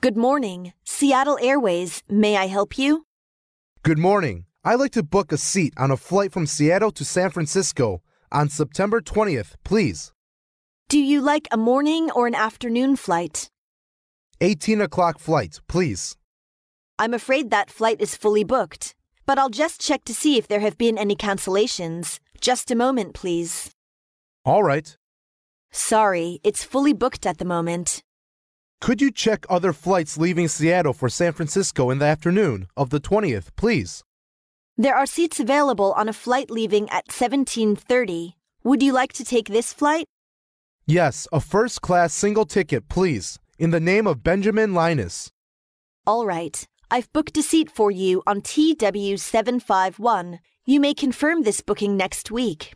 Good morning. Seattle Airways, may I help you? Good morning. I'd like to book a seat on a flight from Seattle to San Francisco on September 20th, please. Do you like a morning or an afternoon flight? 18 o'clock flight, please. I'm afraid that flight is fully booked, but I'll just check to see if there have been any cancellations. Just a moment, please. All right. Sorry, it's fully booked at the moment. Could you check other flights leaving Seattle for San Francisco in the afternoon of the 20th, please? There are seats available on a flight leaving at 17:30. Would you like to take this flight? Yes, a first class single ticket, please, in the name of Benjamin Linus. All right. I've booked a seat for you on TW751. You may confirm this booking next week.